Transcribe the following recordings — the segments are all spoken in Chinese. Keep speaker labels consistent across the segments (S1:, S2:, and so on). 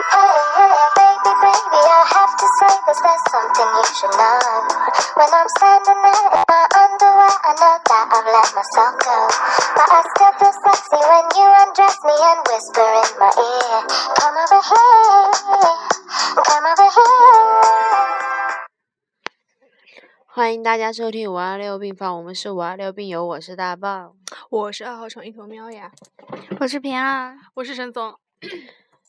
S1: baby, baby, I have to say this. There's something you should know. When I'm standing there in my underwear, I know that I've let myself go. But I still feel sexy when you undress me and whisper in my ear, Come over here, come over here.
S2: 欢迎大家收听五二六病房，我们是五二六病友，我是大棒。
S3: 我是二号床一头喵呀，
S4: 我是平安，
S3: 我是沈总。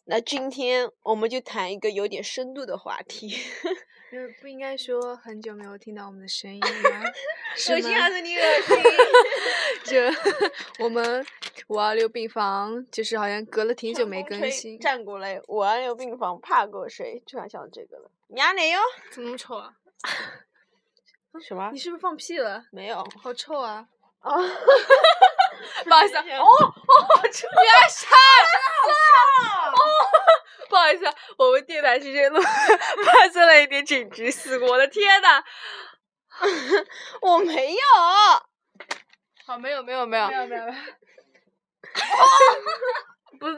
S5: 那今天我们就谈一个有点深度的话题。
S3: 就是不应该说很久没有听到我们的声音吗？ 是
S5: 首先还
S3: 吗？
S5: 是你恶心，
S3: 这 我们五二六病房 就是好像隔了挺久
S5: 春
S3: 没
S5: 风
S3: 更
S5: 吹
S3: 新，
S5: 战鼓擂，我二六病房怕过谁？突然想到这个了。娘嘞哟！
S3: 怎么那么臭啊？
S5: 什么
S3: 你？是不是放屁了？
S5: 没有
S3: 好臭啊！
S5: 啊？
S3: 不好意思啊，
S5: 这
S3: 哦，好臭！你还 傻？哦，不好意思啊，我们电台之间录发生了一点紧急事故，我的天呐！
S5: 我没有。
S3: 好，没有没有没有，
S5: 有没有。
S3: 不是，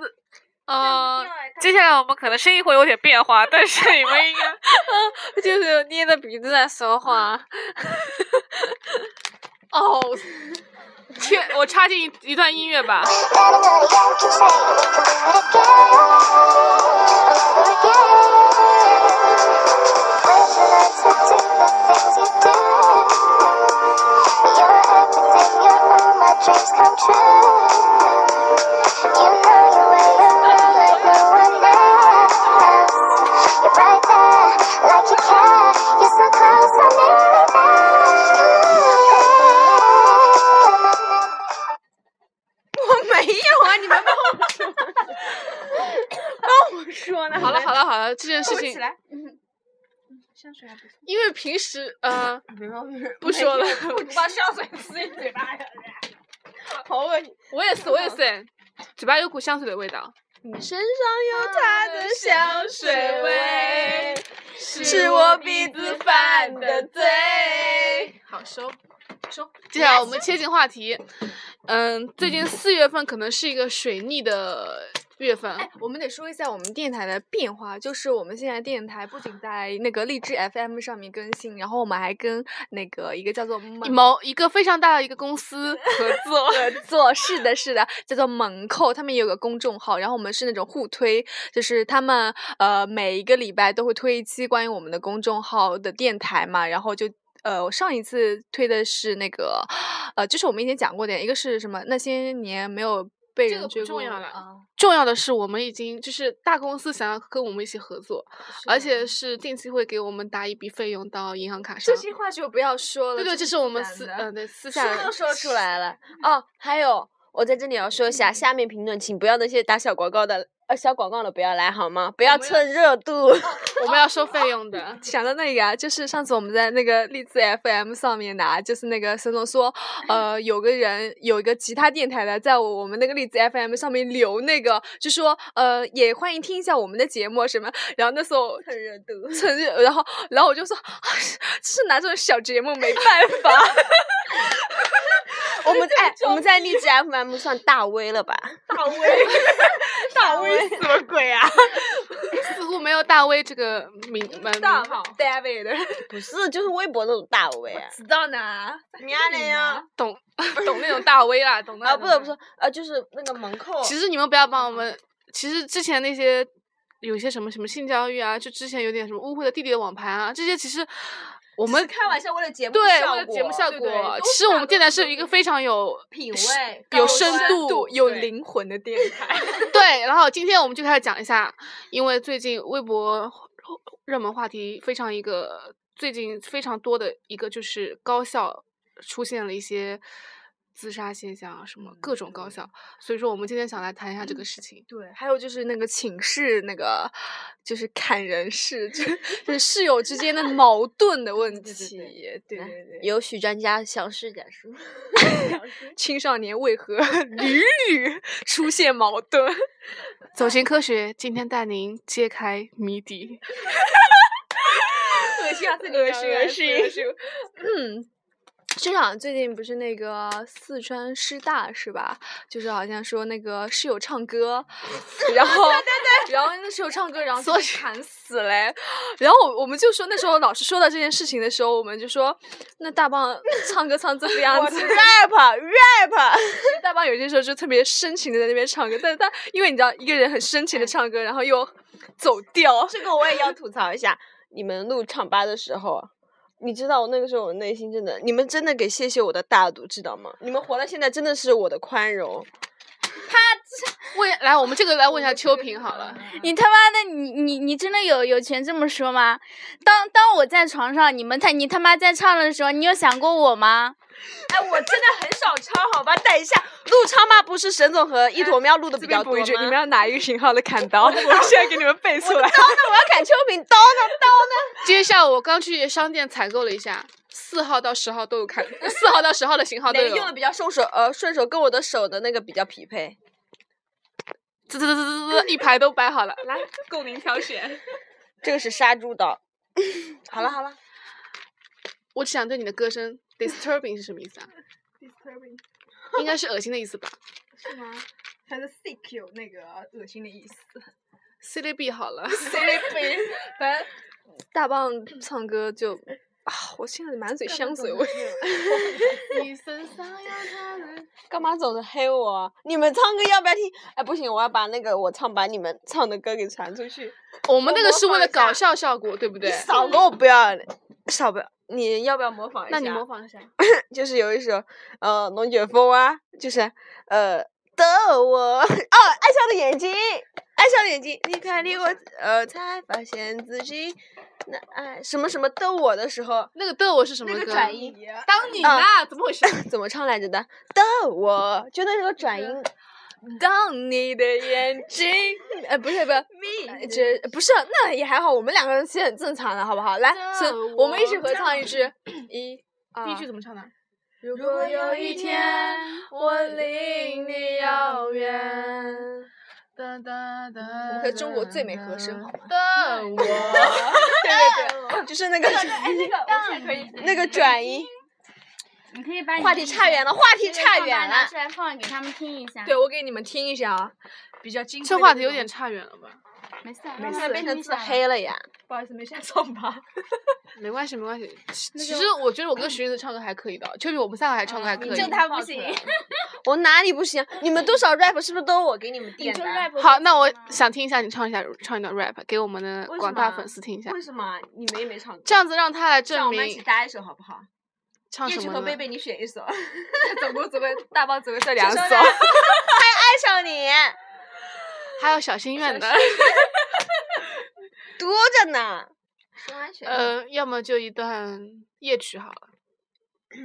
S4: 呃，接下来我们可能声音会有点变化， 但是你们应该
S3: 就是捏着鼻子在说话。
S4: 哦，切，我插进一一段音乐吧。
S1: Gotta know you got to say you can do it again, over again. When you learn to do the things you do, you're everything. You're all my dreams come true. You know you ain't lonely like no one else. You're right there, like you care. You're so close, I'm nearly there.
S5: 我没有啊！你们帮我说，帮我说呢？
S4: 好了好了好了，这件事
S5: 扣
S4: 情
S5: 起，来。
S4: 因为平时呃，
S5: 没有，
S4: 不说了，
S5: 把上嘴呲你嘴巴呀！好恶心！
S4: 我也是我也是，嘴巴有股香水的味道，
S5: 你身上有他的香水味，
S4: 是
S5: 是我鼻子犯的罪。
S4: 好收收。接下来我们切进话题，嗯，最近四月份可能是一个水逆的月份，
S3: 哎，我们得说一下我们电台的变化，就是我们现在电台不仅在那个荔枝 FM 上面更新，然后我们还跟那个一个叫做猛
S4: 某一个非常大的一个公 司合作。
S3: 合作，是的，是的，叫做猛扣，他们也有个公众号，然后我们是那种互推，就是他们呃每一个礼拜都会推一期关于我们的公众号的电台嘛，然后就。呃，我上一次推的是那个，呃，就是我们以前讲过的，一个是什么？那些年没有被
S4: 这
S3: 人
S4: 个
S3: 追
S4: 不重
S3: 过
S4: 要了
S3: 啊
S4: 重要的是，我们已经就是大公司想要跟我们一起合作，而且是定期会给我们打一笔费用到银行卡上
S3: 这。些话就不要说了。
S4: 对对，这是我们私
S3: 嗯。
S4: 嗯对私下
S5: 说
S4: 的
S5: 都说出来了哦。还有，我在这里要说一下，下面评论请不要那些打小广告的，呃，小广告的不要来好吗？不要蹭热度。
S4: 我们要收费用的
S3: 想到那个啊，就是上次我们在那个荔枝 FM 上面拿，就是那个沈总说，呃，有个人有一个其他电台的，在我我们那个荔枝 FM 上面留那个，就说呃，也欢迎听一下我们的节目什么。然后那时候
S5: 蹭热度，
S3: 趁热，然后然后我就说，啊、就是拿这种小节目没办法。
S5: 我们 哎，我们在荔枝 FM 算大 V 了吧？大 V，大 V 什么鬼啊？
S4: 似乎没有大 V 这个名门名号。
S3: David，
S5: 不是，就是微博那种大 V 啊。
S3: 知道呢。
S5: 娘的呀！
S4: 懂懂那种大 V 啦，懂那
S5: 啊，
S4: 种
S5: 不是
S4: 的
S5: 不是，呃，就是那个门扣。
S4: 其实你们不要帮我
S5: 嗯
S4: 们，其实之前那些有些什么什么性教育啊，就之前有点什么污秽的弟弟的网盘啊，这些其实我
S5: 我
S4: 们
S5: 开玩笑，为了节目
S4: 对
S5: 效
S4: 为了节目
S5: 果
S4: 效
S3: 对
S4: 果
S3: 对都，
S4: 其实
S3: 是
S4: 我
S3: 啊
S4: 们
S3: 都
S4: 电台
S3: 是
S4: 是一个非常有
S5: 品味高
S4: 有深
S5: 端
S4: 度
S3: 有
S4: 对
S3: 灵魂的电台。
S4: 对，然后今天我们就开始讲一下，因为最近微博热门话题非常一个最近非常多的一个就是高校出现了一些自杀现象啊，什么
S5: 嗯
S4: 各种高校，所以说我们今天想来谈一下这个事情。
S3: 对，还有就是那个寝室那个，就是砍人事，就就是室友之间的矛盾的问
S5: 对对
S3: 题。对
S5: 来
S3: 对对，
S5: 有许专家详细讲述。
S3: 青少年为何 屡屡 出现矛盾？
S4: 走进科学，今天带您揭开谜底。
S3: 恶心啊！恶
S5: 恶心恶心
S3: 嗯，市长最近不是那个四川师大是吧？就是好像说那个室友唱歌，然后 然后那室友唱歌，然后就被砍死嘞。然后我我们就说那时候老师说到这件事情的时候，我们就说那大棒唱歌唱这副样
S5: 我
S3: 子
S5: 是，rap rap，
S3: 大棒有些时候就特别深情的在那边唱歌，但是他因为你知道一个人很深情的唱歌，然后又走调，
S5: 这个我也要吐槽一下。你们录唱吧的时候，啊你知道我那个时候我内心真的，你们真的给谢谢我的大度，知道吗？你们活到现在真的是我的宽容。
S4: 问来，我们这个来问一下秋萍好 了，
S6: 你他妈的，你你你真的有有权这么说吗？当当我在床上，你们他你他妈在唱的时候，你有想过我吗？
S5: 哎，我真的很少唱，好吧？等一下，录唱吧不是沈总和一坨喵录的
S3: 这
S5: 比
S3: 边
S5: 较多
S3: 补
S5: 吗？
S3: 一句，你们要哪一个型号的砍刀？我现在给你们背出来。
S5: 那我要砍秋萍刀呢？刀呢？
S4: 今天下午我刚去商店采购了一下，四号到十号都有看， 四号到十号的型号
S3: 啊
S5: 哪
S4: 都
S5: 个
S3: 哦
S4: 有
S5: 用。的比较顺手？呃，顺手跟我的手的那个比较匹配。
S4: 滋滋滋滋滋，一排都摆好了，来供您挑选。
S5: 这个是杀猪刀。好了好了，
S4: 我只想对你的歌声 disturbing 是什么意思啊？ 应该是恶心的意思吧
S3: 是吗？还是 sick 有那个恶心的意思。
S4: ？CDB 好了，
S3: 反正大棒唱歌就啊，我现在满嘴香水味。
S4: 你身上有他人。
S5: 干嘛总是黑我啊？你们唱歌要不要听？哎，不行，我要把那个我唱把你们唱的歌给传出去。
S4: 我们那个
S5: 模
S4: 是为
S5: 仿
S4: 了
S5: 一下
S4: 搞笑效果，对不对？
S5: 少给我不要，少不要。你要不要模仿一下？
S4: 那你模仿一下。
S5: 就是有一首呃龙卷风啊，就是呃的我哦，爱笑的眼睛，爱笑的眼睛，你看你我呃才发现自己那爱什么什么的我的时候，
S4: 那个的我是什么歌？
S5: 音
S4: 当你
S5: 啊
S4: 啦，怎么回事？
S5: 怎么唱来着的？的我就那时候转音，
S3: 当你的眼睛， 呃，不是不是，
S5: 呃
S3: 这不是，那也还好，我们两个人其实很正常的，好不好？来，所以我们一起合唱一句， 一。
S4: 第一
S3: 啊
S4: 句怎么唱的？
S3: 如果有一天我离你遥远，
S4: 哒哒哒。嗯我
S3: 我们和中国最美和声好吗？
S4: 的我。
S5: 就是那个那个转音，
S6: 你可以把
S5: 话题差远了，话题差远
S6: 拿
S5: 了
S6: 出。来放给他们听一下。
S3: 对，，我给你们听一下啊，比较精
S4: 这
S3: 粹的
S4: 话
S3: 那
S4: 题有
S3: 种
S4: 点差远了吧？
S6: 没事啊，
S5: 现
S6: 让
S5: 在
S6: 他们
S5: 变成
S6: 听一
S5: 自
S6: 下吧
S5: 黑了呀！
S3: 不好意思，没上唱吧。
S4: 没关系，没关系。其其实我觉得我跟徐子唱歌还可以的，就是我们三个还唱歌还可以。
S6: 就他不行，
S5: 我哪里不行？你们多少 rap 是不是都我给你们
S6: 你
S5: 点
S6: 就
S5: 的？
S6: rap
S4: 好，那我
S6: 不行吗
S4: 想听一下你唱一下唱一段 rap 给我们的
S5: 为什
S4: 广大
S5: 么
S4: 粉丝听一下，
S5: 为什么啊你们也没唱歌？
S4: 这样子让他来
S5: 这样
S4: 证
S5: 我们一起
S4: 明
S5: 搭一首好不好？
S4: 唱
S5: 夜
S4: 什
S5: 曲
S4: 么
S5: 和贝
S4: 呢。
S5: 贝，你选一 首。
S3: 总共只会大棒只会这两首
S5: 就。 说爱上你，
S4: 还有小心愿的，
S5: 读着呢。说安全
S4: 呃，要么就一段夜曲好了。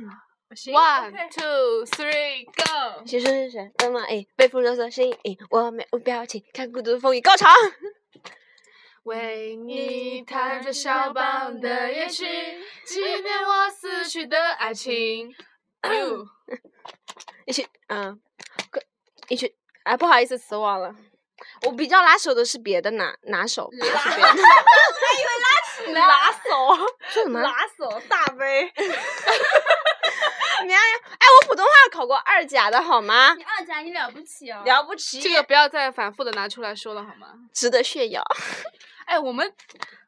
S4: 啊
S3: 行
S4: One
S3: OK
S4: two three go。
S5: 谁说是谁？那么哎，被风热所吸引，我面无表情，看孤独风雨高潮。
S4: 为你弹着肖邦的夜曲，纪念我死去的爱情。
S5: 一曲，嗯，可一曲，哎，不好意思，词忘了。我比较拿手的是别的哪哪首？不是别的
S3: 拉手，
S5: 说什么？
S3: 拉手大杯。
S5: 你哎，哎，我普通话考过二甲的好 吗
S6: 你？二甲你了不起哦，
S5: 了不起，
S4: 这个不要再反复的拿出来说了好吗？
S5: 值得炫 耀。
S4: 哎，我们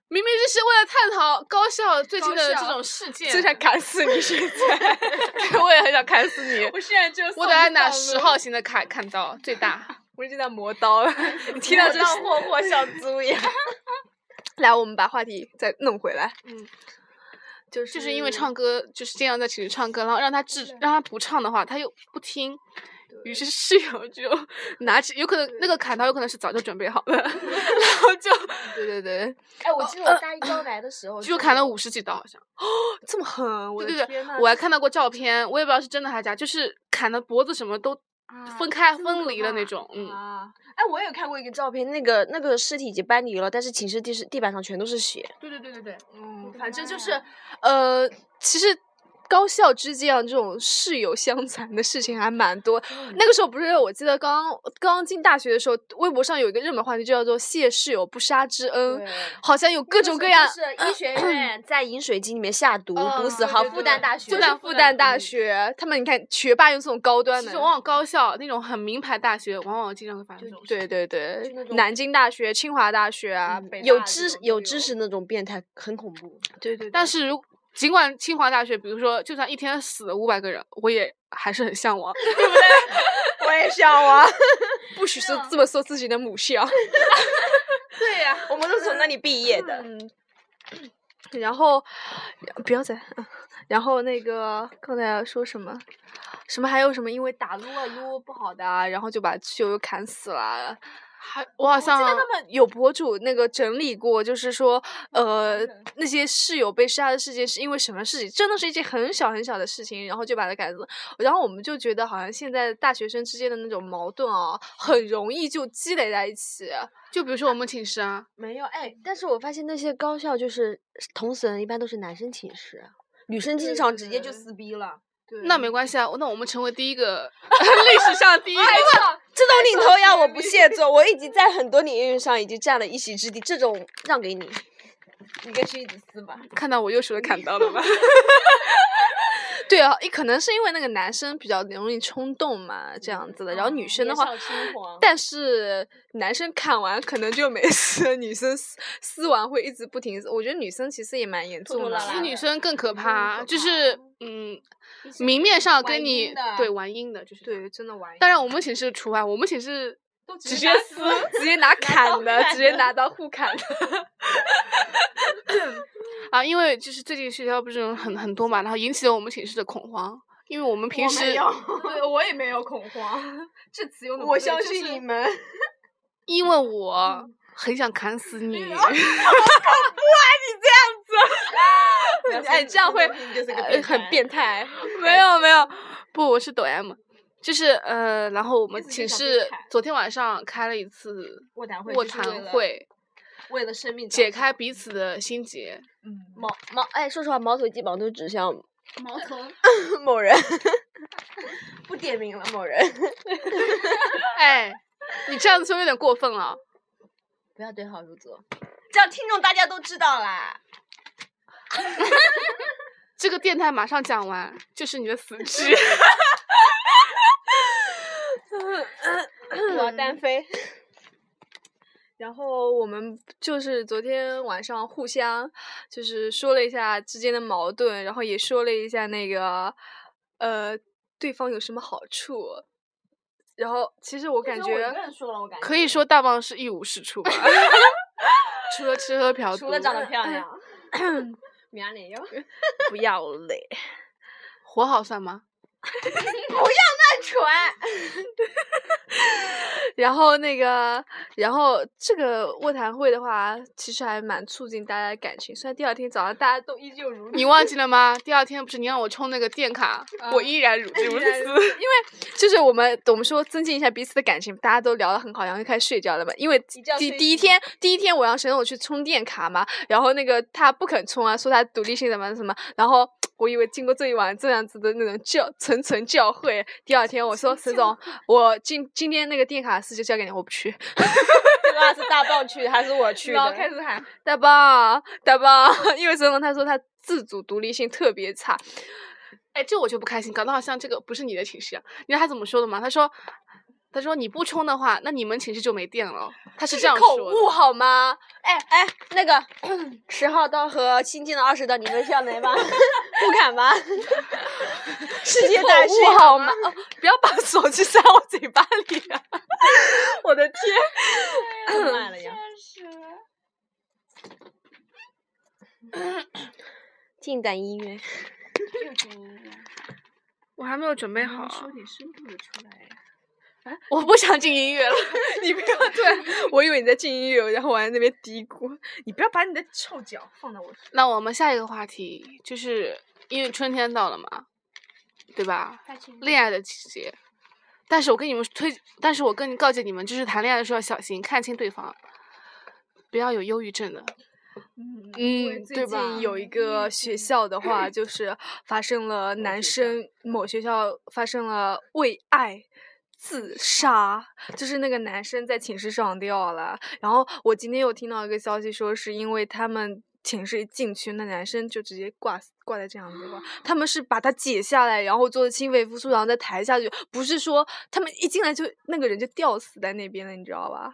S4: 明明就是为了探讨高校最近
S3: 高
S4: 的这
S3: 校
S4: 种事件。
S3: 就想砍死 你现在，我也很想砍死你。我现在就
S4: 我得按拿十号型的砍砍刀，最大。
S3: 我已经在磨刀 了。你听到这
S5: 我当霍霍小猪呀！
S3: 来，我们把话题再弄回来。
S4: 嗯，
S3: 就是
S4: 就是因为唱歌，就是经常在寝室唱歌，然后让他治，让他不唱的话，他又不听。于是室友就 拿起，有可能那个砍刀有可能是早就准备好 的，然后 就
S3: 对对对，
S5: 哎，我记得我大一刚来的时 候
S4: 就砍了五十几刀，好像。
S3: 这么狠，我
S4: 对
S3: 的
S4: 对对
S3: 天呐，
S4: 我还看到过照片，我也不知道是真的还是假，就是砍的脖子什么都分开分离啊的那种，嗯，
S5: 啊！哎，我有看过一个照片，那个那个尸体已经搬离了，但是寝室地是地板上全都是血。
S4: 对对对对对，
S3: 嗯，
S6: 的
S3: 反正
S6: 妈
S3: 就
S6: 呀
S3: 是，呃，其实高校之间啊，这种室友相残的事情还蛮多。那个时候不是，我记得刚刚刚刚进大学的时候，微博上有一个热门话题，就叫做“谢室友不杀之恩”，好像有各种各样。呃嗯
S5: 是医学院在饮水机里面下毒，毒死
S4: 对
S5: 好
S4: 对
S5: 复旦
S4: 对
S5: 大学，
S3: 就
S4: 复
S3: 是
S4: 旦
S3: 复旦大
S4: 嗯
S3: 学，他们你看学霸用这种高端
S4: 其
S3: 的
S4: 实，往往高校那种很名牌大学，往往经常会发生这种事。
S3: 对对对
S5: 就那，种嗯
S3: 南京大学、清华大学啊，北
S5: 有
S3: 大这
S5: 知
S3: 种
S5: 识
S3: 都
S5: 有知识那种变态很恐怖。
S3: 对对，
S4: 但是如尽管清华大学，比如说就算一天死五百个人，我也还是很 向往。
S5: 我也向
S3: 啊
S5: 往，
S3: 不许说这么说自己的母 校。
S5: 对呀、 我们都是从那里毕业的。
S3: 嗯，然后不要再，嗯然后那个刚才要说什么？什么还有什么？因为打撸啊撸不好的、啊，然后就把室友砍死了。啊
S4: 还我好像
S3: 记得他们有博主那个整理过，就是说，呃，那些室友被杀的事件是因为什么事情？真的是一件很小很小的事情，然后就把它改了。然后我们就觉得，好像现在大学生之间的那种矛盾啊，很容易就积累在一起。
S4: 就比如说我们寝室啊，
S5: 没有哎，但是我发现那些高校就是同死人，一般都是男生寝室，啊女生经常直接就撕逼了。
S4: 那没关系啊，那我们成为第一个 历史上 第一个。
S5: 这种领头羊我不屑做，我已经在很多领域上已经占了一席之地，这种让给你，你跟狮子撕吧。
S4: 看到我右手的砍刀 了吗？
S3: 对啊，也可能是因为那个男生比较容易冲动
S5: 啊
S3: 嘛，这样子的。然后女生的话
S5: 年少轻狂，
S3: 但是男生砍完可能就没事了，女生撕撕完会一直不停撕。我觉得女生其实也蛮严
S5: 拖拖
S3: 重的
S5: 拉
S4: 其
S5: 拉
S4: 实
S5: 的
S4: 女生更可
S5: 女生更
S4: 怕，
S5: 可
S4: 就是
S5: 怕
S4: 嗯，明面上跟
S5: 玩阴
S4: 你
S5: 的
S4: 对玩阴的，就是这样。
S3: 对，真的玩。
S4: 当然我们寝室除外，我们寝室
S3: 直接撕，直 接拿砍的，直接拿刀互砍的。
S4: 啊，因为就是最近学校不是很很多嘛，然后引起了我们寝室的恐慌，因为我们平时
S3: 对，我也没有恐慌，这词用的
S5: 我相信你 们。
S4: 因为我
S5: 嗯
S4: 很想砍死你，
S3: 哎，这样会
S5: 就是个
S3: 呃很变态。
S4: 没有没有，不，我是抖 M，就是呃，然后我们寝室昨天晚上开了一次
S5: 卧谈会
S4: 卧
S5: 就是为
S4: 谈
S5: 了
S4: 会，
S5: 为了生命
S4: 解开彼此的心结。
S5: 矛矛哎，说实话，矛头基本上都指向
S6: 矛头。
S5: 某 人，不点名了，某人。
S4: 哎，你这样子说有点过分了。
S5: 不要对号入座，这样听众大家都知道啦。
S4: 这个电台马上讲完，就是你的死 期。
S5: 我要单飞。
S3: 然后我们就是昨天晚上互相就是说了一下之间的矛盾，然后也说了一下那个呃对方有什么好处。然后其实我感觉
S5: 嗯说了，我感
S4: 可以说大棒是一无是 处吧，除了吃喝嫖赌，
S5: 除了长得漂 亮，苗脸哟，
S3: 不要嘞，
S4: 活好算吗？
S5: 蠢。
S3: 然后那个，然后这个卧谈会的话，其实还蛮促进大家的感情。虽然第二天早上大家都依旧如
S4: 你忘记了吗？第二天不是你让我充那个电卡，
S5: 啊
S4: 我依然如如此。
S3: 因为就是我们我们说增进一下彼此的感情，大家都聊得很好，然后就开始睡觉了嘛。因为
S5: 一觉
S3: 第
S5: 睡
S3: 第一
S5: 醒
S3: 天第一天我让沈总去充电卡嘛，然后那个他不肯充啊，说他独立性怎么什么，然后我以为经过这一晚这样子的那种教层层教诲，第二天我说沈总，我今今天那个电卡事就交给你，我不去。
S5: 这个是大棒去还是我去
S3: 然后
S5: 的
S3: 开始喊大棒大 棒，因为沈总他说他自主独立性特别差，
S4: 哎，这我就不开心，搞得好像这个不是你的寝室、啊。你知道他怎么说的吗？他说，他说你不充的话，那你们寝室就没电了。他是这样
S3: 口
S4: 说的。
S3: 误好吗？
S5: 哎哎，那个十号刀和新进的二十刀，你们是要没吗？ 不敢 吗？世界大事
S3: 口误好吗？？哦，不要把手机塞我嘴巴里啊！
S5: 我的天，慢了呀！近代音乐，
S4: 我还没有准备好啊。
S3: 我不想进音乐了，你不要对，我以为你在进音乐，然后我还在那边嘀咕，你不要把你的臭脚放到我身上。
S4: 那我们下一个话题就是因为春天到了嘛，对吧？
S6: 嗯
S4: 恋爱的季节。但是我跟你们推，但是我跟告诫你们，就是谈恋爱的时候要小心，看清对方，不要有忧郁症的。
S3: 嗯，
S4: 对
S3: 最
S4: 吧
S3: 近有一个
S6: 嗯
S3: 学校的话，就是发生了男生某学校发生了为爱自杀，就是那个男生在寝室上吊了。然后我今天又听到一个消息，说是因为他们。寝室一进去，那男生就直接挂死挂在这样子了。他们是把他解下来，然后做心肺复苏，然后再抬下去，不是说他们一进来就那个人就吊死在那边了，你知道吧？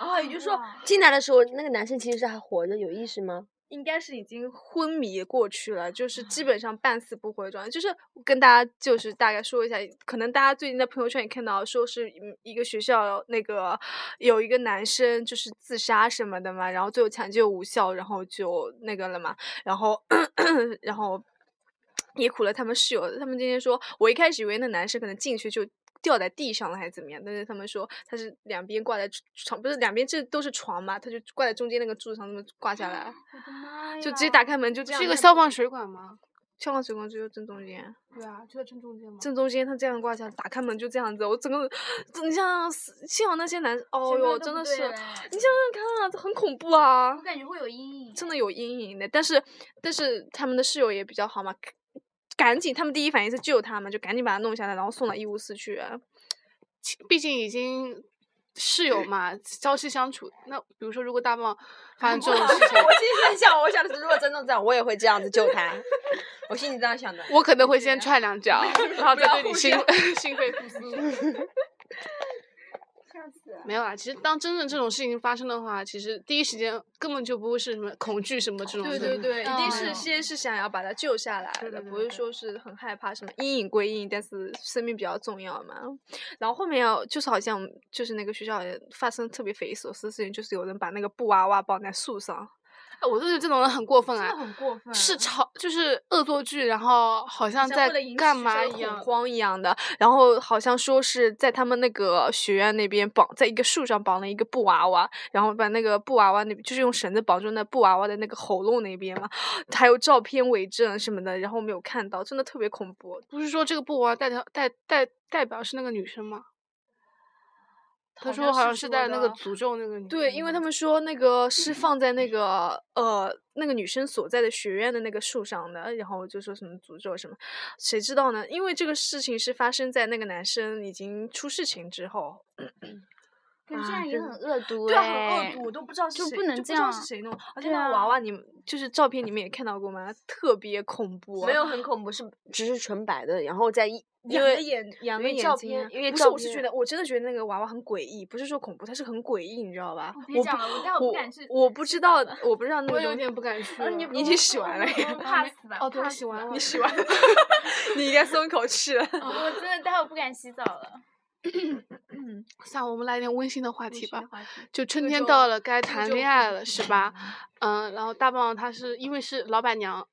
S5: 哦，也就是说进来的时候那个男生其实是还活着，有意识吗？
S3: 应该是已经昏迷过去了，就是基本上半死不活的状态。就是跟大家就是大概说一下，可能大家最近在朋友圈也看到，说是嗯一个学校那个有一个男生就是自杀什么的嘛，然后最后抢救无效，然后就那个了嘛，然后 然后也苦了他们室友。他们今天说，我一开始以为那男生可能进去就。掉在地上了还是怎么样？但是他们说他是两边挂在床，不是两边这都是床嘛，他就挂在中间那个柱子上，那么挂下来。就
S6: 啊
S3: 直接打开门就这样。
S4: 是一个消防水管吗？
S3: 消防水管只有正中
S6: 哦
S3: 间，
S4: 对啊，就在正中间吗？
S3: 正中间他这样挂下，打开门就这样子，我整个，你像幸好那些男，哦
S6: 想法
S3: 哟，
S6: 哦都
S3: 真
S6: 不
S3: 的
S6: 对
S3: 是，
S6: 了
S3: 你想想看啊，这很恐怖啊
S6: 我，感觉会有阴影。
S3: 真的有阴影的。但是但是他们的室友也比较好嘛，赶紧，他们第一反应是救他们，就赶紧把他弄下来，然后送到医务室去。啊
S4: 其毕竟已经室友嘛，朝夕相处。那比如说，如果大棒发生这种事情，
S5: 我心里在想，我想的是，如果真的这样，我也会这样子救 他。我心里这样想的。
S4: 我可能会先踹两脚，然后再对你
S5: 互
S4: 心心肺复 苏。没有啊，其实当真正这种事情发生的话，其实第一时间根本就不会是什么恐惧什么这种。
S3: 对对对，一定是
S6: 嗯
S3: 先是想要把他救下来
S4: 对
S3: 的，
S4: 对对
S3: 不是
S4: 对
S3: 说是很害怕什么阴影归阴影，但是生命比较重要嘛。然后后面要就是好像就是那个学校也发生特别匪夷所思的事情，就是有人把那个布娃娃绑在树上，
S4: 哎我就觉得这种人很过分啊，
S5: 很过分
S4: 是吵就是恶作剧，然后好像在干嘛啊一样
S3: 恐。慌一样的。然后好像说是在他们那个学院那边绑在一个树上绑了一个布娃娃，然后把那个布娃娃那边就是用绳子绑住那布娃娃的那个喉咙那边嘛，还有照片为证什么的，然后我们有看到，真的特别恐怖。
S4: 不是说这个布娃代表代代代表是那个女生吗？他
S3: 好
S4: 说
S3: 像
S4: 好
S3: 是
S4: 像是
S3: 说
S4: 在那个
S3: 的
S4: 诅咒那个女生吗。
S3: 对，因为他们说那个是放在那个呃那个女生所在的学院的那个树上的，然后就说什么诅咒什么，谁知道呢？因为这个事情是发生在那个男生已经出事情之后，
S6: 可是这样
S3: 啊
S6: 也
S3: 真
S6: 很恶毒
S3: 对啊，很
S6: 哎，
S3: 恶毒，我都不知道是
S6: 就
S3: 谁
S6: 不能
S3: 就不
S6: 这
S3: 知道
S6: 样
S3: 是谁弄，而且
S6: 对
S3: 那个娃
S6: 啊
S3: 娃你们就是 照片你们也看到过吗？特别恐怖，
S5: 没有很恐怖，是只是纯白的，然后再一因
S3: 两个
S5: 为
S3: 眼两
S5: 因
S3: 个
S5: 为
S3: 眼
S5: 照
S3: 睛
S5: 片
S3: 啊
S5: 因为
S3: 不是，
S5: 照
S3: 我是觉
S5: 片
S3: 得我真的觉得那个娃娃很诡异，不是说恐怖，它是很诡异，你知道吧？
S6: 哦别讲了我待会儿不敢去
S3: 我不知道，我不知道那
S4: 我
S3: 个东西。
S4: 有
S3: 呃
S4: 点不敢去
S6: 啊
S4: 了。
S6: 你
S3: 你已经洗完了，
S6: 怕死吧？
S4: 哦，对，我
S6: 怕
S4: 洗
S6: 死
S4: 完
S6: 吧
S4: 了。
S3: 你洗 完了，你应该松一口气了。
S6: 我真的待会儿不敢洗澡了。
S4: 算了，我们来点温馨的话题吧。就春
S3: 这个
S4: 天
S3: 就
S4: 到了，该
S3: 这个
S4: 谈
S3: 就
S4: 恋爱了，是吧？嗯，然后大棒她是因为是老板娘，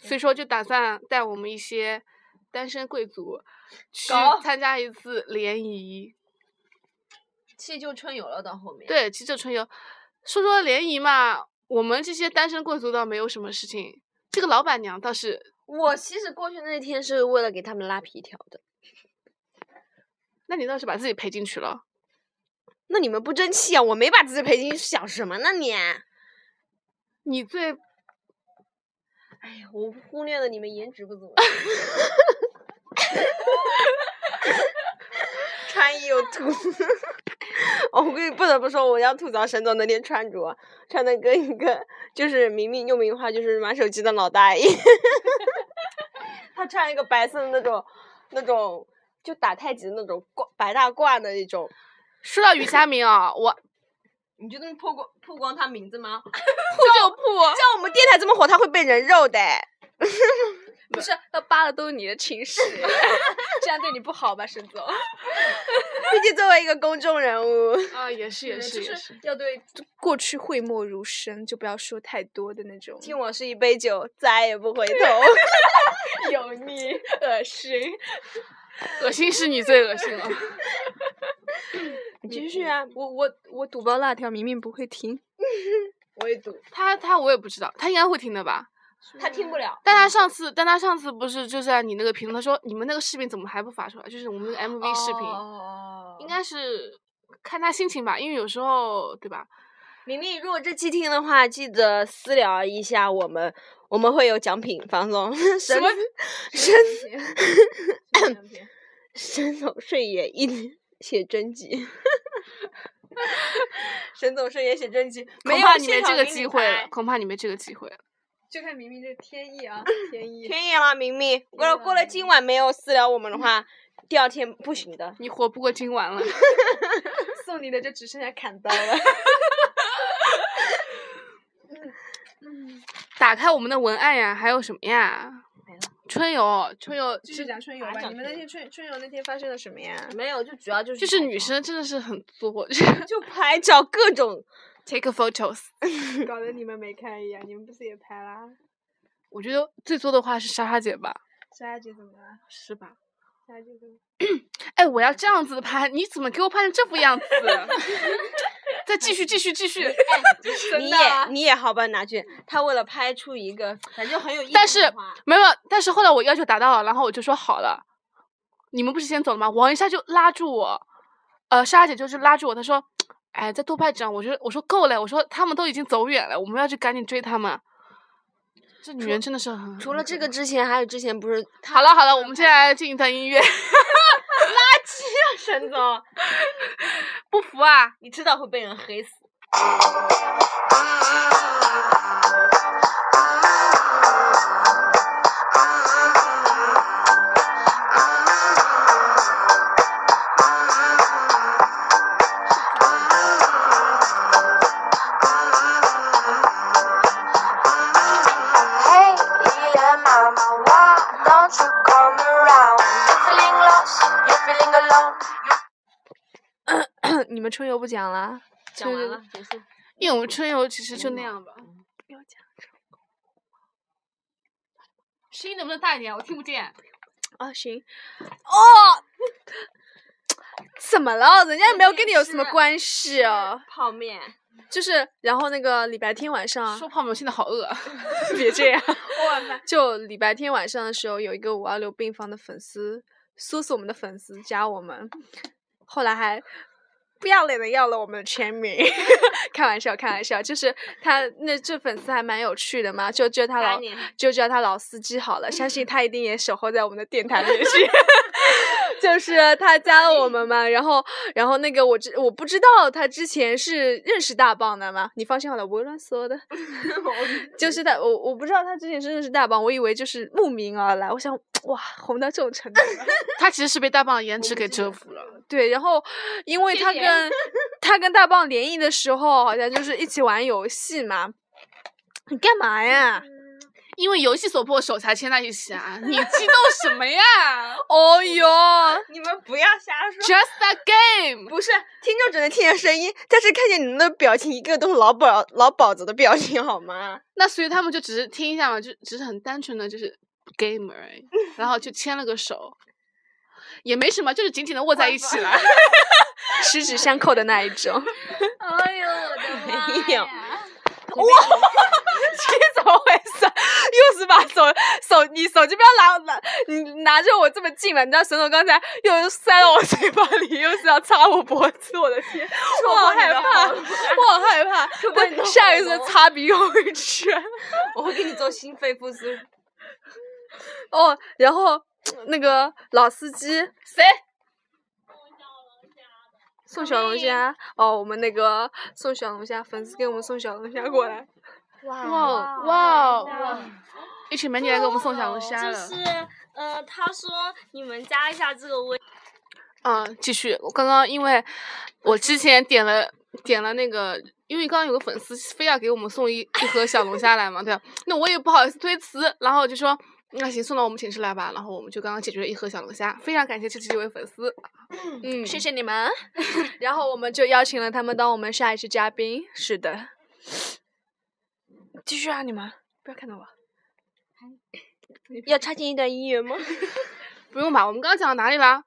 S4: 所以
S6: 哦
S4: 说就打算带我们一些单身贵族去
S5: 搞
S4: 参加一次联谊。
S5: 弃旧春游了，到后面。
S4: 对，骑着春游，说说联谊嘛，我们这些单身贵族倒没有什么事情，这个老板娘倒是。
S5: 我其实过去那天是为了给他们拉皮条的。
S4: 那你倒是把自己赔进去了，
S5: 那你们不争气啊！我没把自己赔进去，想什么呢你？哎
S4: 你最
S5: 呀，我忽略了你们颜值不足。啊 穿衣又土。 哦，我跟你不得不说，我要吐槽沈总那天穿着，穿的跟一个就是明明用明话就是玩手机的老大爷。 他穿一个白色的那种，那种就打太极的那种褂白大褂的那种。
S4: 说到于佳明啊，我
S5: 你就这么曝光曝光他名字吗？
S4: 就不
S5: 像我们电台这么火，他会被人肉的。
S3: 不是，那扒的都是你的情史， 这样对你不好吧，沈总？
S5: 毕竟作为一个公众人 物，
S4: 啊，也是也
S3: 对
S4: 是
S3: 就是
S4: 也是，
S3: 要对过去讳莫如深，就不要说太多的那种。
S5: 敬我是一杯酒，再也不回 头。
S3: 油腻、恶心。
S4: 恶心是你最恶心 了。
S5: 继续啊，
S3: 我我我赌包辣条明明不会停，
S5: 我也赌，
S4: 他他我也不知道，他应该会听的吧？
S5: 他听不了。
S4: 但他上次，但他上次不是就在你那个评论，他说你们那个视频怎么还不发出来？就是我们那个 MV 视频，
S5: 哦
S4: 应该是看他心情吧，因为有时候对吧？
S5: 明明，如果这期听的话，记得私聊一下我们，我们会有奖品放送。 神神沈总睡也一写真 集，沈总睡也写真集，没
S4: 恐
S5: 有
S4: 怕你没
S5: 现
S4: 这
S5: 场
S4: 个
S5: 给你哎
S4: 机会
S5: 拍
S4: 了，恐怕你没这个机会了。
S3: 就看明明这天意啊，天意。
S5: 天意啦，明明，过了过了今晚没有私聊我们的话，第二天不行的。
S4: 你活不过今晚了。
S3: 送你的就只剩下砍刀了。
S4: 打开我们的文案呀，还有什么呀？春游，春游
S3: 继续
S4: 就
S3: 讲春游吧，你们那天春春游那天发生了什么 呀？
S5: 没有，就主要就是
S4: 就是女生真的是很作，就是
S5: 就拍照各 种
S4: take photos。
S3: 搞得你们没看一眼，你们不是也拍啦？
S4: 我觉得最作的话是莎莎姐吧，
S3: 沙姐怎么了？
S4: 是吧？
S3: 沙姐怎么？
S4: 哎，我要这样子的拍，你怎么给我拍成这副样子？ 再继续，继续，继续。
S5: 你也你也好吧，拿去。他为了拍出一个，反正很有意思。
S4: 但是没有，但是后来我要求达到了，然后我就说好了，你们不是先走了吗？王一下就拉住我，呃，莎莎姐就是拉住我，她说，哎，再多拍几张。我说我说够了，我说他们都已经走远了，我们要去赶紧追他们。这女人真的是很
S5: 除了这个之前，还有之前不 是
S4: 好了好了，我们现在进一段音乐，
S5: 沈总，
S4: 不服啊？
S5: 你迟早会被人黑死。
S1: Hey, yeah, mama, why don't you come around? You're feeling lost, you're feeling alone.
S3: 你们春游不讲啦？
S5: 讲完了，结束。
S4: 因为我们春游其实就那样吧。声音能不能大一点？我听不见。
S3: 啊，行。哦，怎么了？人家也没有跟你有什么关系哦。
S5: 泡 面，
S3: 就是，然后那个礼拜天晚上，
S4: 啊说泡面，我现在好 饿。
S3: 别这样。 就礼拜天晚上的时候，有一个五二六病房的粉丝，搜索我们的粉丝加我们，后来还不要脸的要了我们的签名。 开玩笑，开玩笑，就是他那这粉丝还蛮有趣的嘛，就叫他
S5: 概
S3: 老
S5: 念
S3: 就叫他老司机好了，相信他一定也守候在我们的电台里去。就是他加了我们嘛，然后，然后那个我知我不知道他之前是认识大棒的嘛，你放心好了，我不会乱说的。 就是他，我我不知道他之前真的是大棒，我以为就是慕名而来，我想哇，红到这种程度了，
S4: 他其实是被大棒的颜值给折服了。
S3: 对，然后因为他跟他跟大棒联谊的时候，好像就是一起玩游戏嘛。你干嘛呀？
S4: 因为游戏所迫，手才牵在一起啊！你激动什么呀
S3: 哦哟，
S5: 你们不要瞎说。
S4: ？Just a game，
S5: 不是，听众只能听见声音，但是看见你们的表情，一个都是老鸨老鸨子的表情，好吗？
S4: 那所以他们就只是听一下嘛，就只是很单纯的就是 game 而已，然后就牵了个手，也没什么，就是紧紧的握在一起了。
S3: 十指相扣的那一种。
S6: 哎呦我的妈
S5: 没有
S6: 呀！
S3: 怎么回事？又是把手手，你手机不要拿拿，你拿着我这么近了。你知道沈总刚才又塞到我嘴巴里，又是要插我脖子，我的 天，我好害怕，我好害怕。 我下一次插鼻孔一 圈。
S5: 我会给你做心肺复苏。
S3: 哦，然后那个老司机
S4: 谁？
S3: 送小龙虾哦，我们那个送小龙虾，粉丝给我们送小龙虾过来。
S6: 哇哦
S4: 哇哦哇哦哇！一群美女来给我们送小龙虾了。
S6: 呃，他说你们加一下这个微，
S4: 嗯，继续。我刚刚因为我之前点了点了那个，因为刚刚有个粉丝非要给我们送一一盒小龙虾来嘛，对吧？那我也不好意思推辞，然后我就说那行，送到我们寝室来吧。然后我们就刚刚解决了一盒小龙虾，非常感谢这几位粉丝。嗯，
S3: 谢谢你们。然后我们就邀请了他们当我们下一期嘉宾。是的，继续啊，你们不要看到我。
S5: 要插进一段音乐吗？
S4: 不用吧？我们刚刚讲到哪里啦？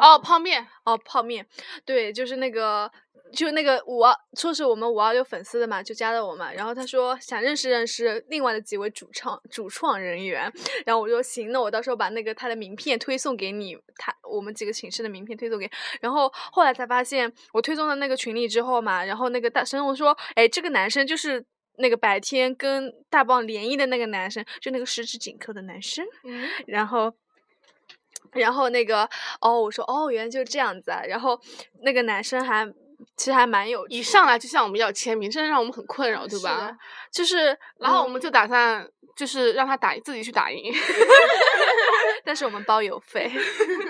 S4: 哦，泡面，
S3: 哦，泡面，对，就是那个，就那个五二，说是我们五二六粉丝的嘛，就加了我嘛。然后他说想认识认识另外的几位主创主创人员，然后我说行，那我到时候把那个他的名片推送给你，他我们几个寝室的名片推送给。然后后来才发现，我推送到那个群里之后嘛，然后那个大生我说，哎，这个男生就是。那个白天跟大棒联谊的那个男生，就那个十指紧扣的男生，
S4: 嗯，
S3: 然后，然后那个哦，我说哦，原来就是这样子啊。然后那个男生还其实还蛮有
S4: 一
S3: 趣
S4: 上来就向我们要签名，真的让我们很困扰，对
S3: 是
S4: 吧
S3: 的？就是，
S4: 然后我们就打算就是让他打自己去打赢，
S3: 但是我们包邮费。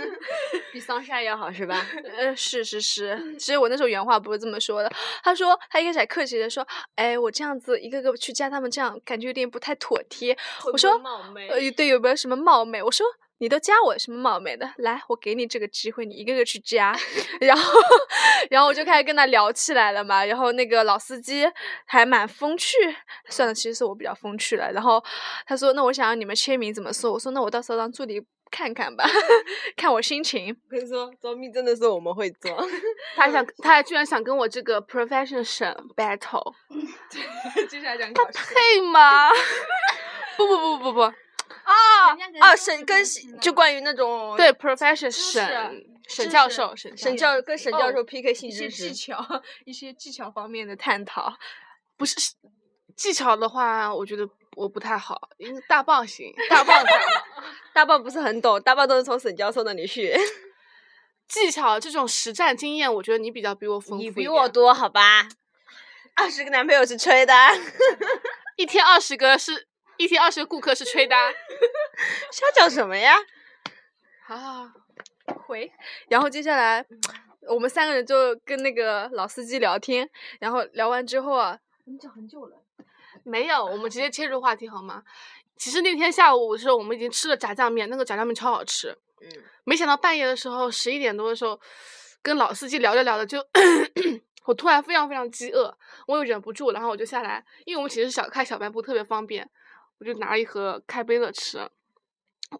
S5: 比桑晒要好是吧？
S3: 呃，是是
S5: 嗯
S3: 是，其实我那时候原话不是这么说的。他说他一开始还客气的说，哎，我这样子一个个去加他们，这样感觉有点不太妥帖。我说
S5: 冒昧
S3: 呃，对，有没有什么冒昧？我说你都加我有什么冒昧的？来，我给你这个机会，你一个个去加。然后，然后我就开始跟他聊起来了嘛。然后那个老司机还蛮风趣，算了，其实是我比较风趣了。然后他说：“那我想让你们签名怎么说？”我说：“那我到时候让助理看看吧， 看我心情。
S5: 我跟你说，周密真的是我们会做，
S4: 他还想他还居然想跟我这个 profession 省 battle，
S3: 接下来 讲搞笑。
S4: 配吗？不不不不不，
S5: 啊
S6: 人家
S5: 啊，
S6: 跟
S5: 沈
S6: 沈
S5: 跟
S6: 教授
S5: 沈就 关于那种
S4: 对 profession
S5: 是
S4: 沈沈
S5: 知
S4: 教
S5: 识
S4: 授沈
S5: 沈教跟沈教
S4: 哦
S5: 授 PK 性
S3: 一些
S5: 知
S3: 技
S5: 识，
S3: 巧、一些技巧方面的探讨。
S4: 不是是技巧的话，我觉得我不太好，因为大棒行，大棒打
S5: 大棒不是很懂，大棒都是从沈教授那里学，
S4: 技巧这种实战经验，我觉得你比较比我丰富，
S5: 你比我，多好吧？二十个男朋友是吹的，
S4: 一天二十个是一天二十个顾客是吹啊单
S5: 瞎讲什么呀？
S4: 啊，
S3: 回，然后接下来我们三个人就跟那个老司机聊天，然后聊完之后啊，
S4: 没有，我们直接切入话题好吗？其实那天下午的时候，我们已经吃了炸酱面，那个炸酱面超好吃。
S5: 嗯，
S4: 没想到半夜的时候，十一点多的时候，跟老司机聊着聊着就， 我突然非常非常饥饿，我又忍不住，然后我就下来，因为我们寝室小开小卖部特别方便，我就拿了一盒开杯乐吃，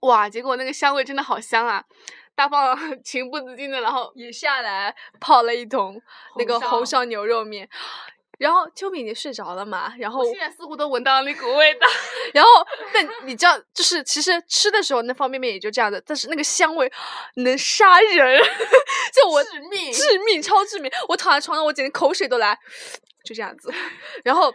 S4: 哇，结果那个香味真的好香啊！大棒情不自禁的，然后
S3: 也下来泡了一桶那个
S4: 烧
S3: 红烧牛肉面。 然后秋敏你睡着了嘛？然后
S4: 我现在似乎都闻到了那股味道。
S3: 然后，但你知道，就是其实吃的时候那方便面也就这样子，但是那个香味能杀人， 就我致命致命超致命！我躺在床上，我简直口水都来，就这样子。然后，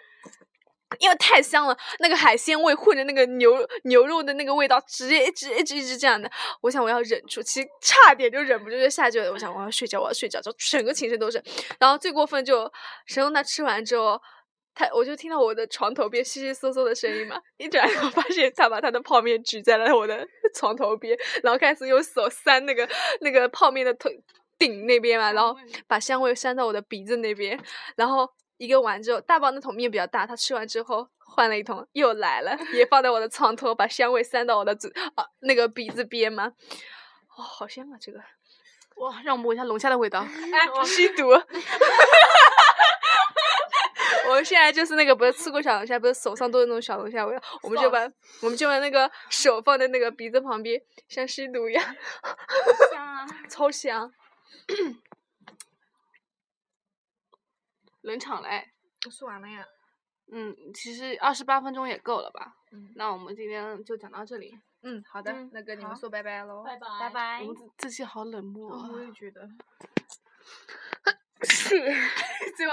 S3: 因为太香了，那个海鲜味混着那个牛牛肉的那个味道，直接一直一直一直这样的。我想我要忍住，其实差点就忍不住就下去了。我想我要睡觉，我要睡觉，就整个寝室都是。然后最过分就神龙他吃完之后，他我就听到我的床头边窸窸窣窣的声音嘛，一转头发现他把他的泡面举在了我的 床头边，然后开始用手扇那个那个泡面的头顶那边嘛，然后把香味扇到我的鼻子那边，然后一个完之后，大宝那桶面比较大，他吃完之后。换了一桶，又来了，也放在我的床头，把香味扇到我的嘴啊那个鼻子边嘛，哦，好香啊！这个
S4: 哇，让我们闻一下龙虾的味道。
S3: 吸毒。我现在就是那个不是吃过小龙虾，不是手上都是那种小龙虾味道，我们就把我们就把那个手放在那个鼻子旁边，像吸毒一样，
S6: 香啊！
S3: 超香。
S4: 冷场了哎。
S3: 说完了呀，
S4: 嗯，其实二十八分钟也够了吧？
S3: 嗯
S4: 那我们今天就讲到这里。哎
S3: 嗯，好的，那跟你们说拜哦拜喽，拜拜。
S6: 拜拜
S4: 我。们这这期好冷漠啊。
S3: 也觉得。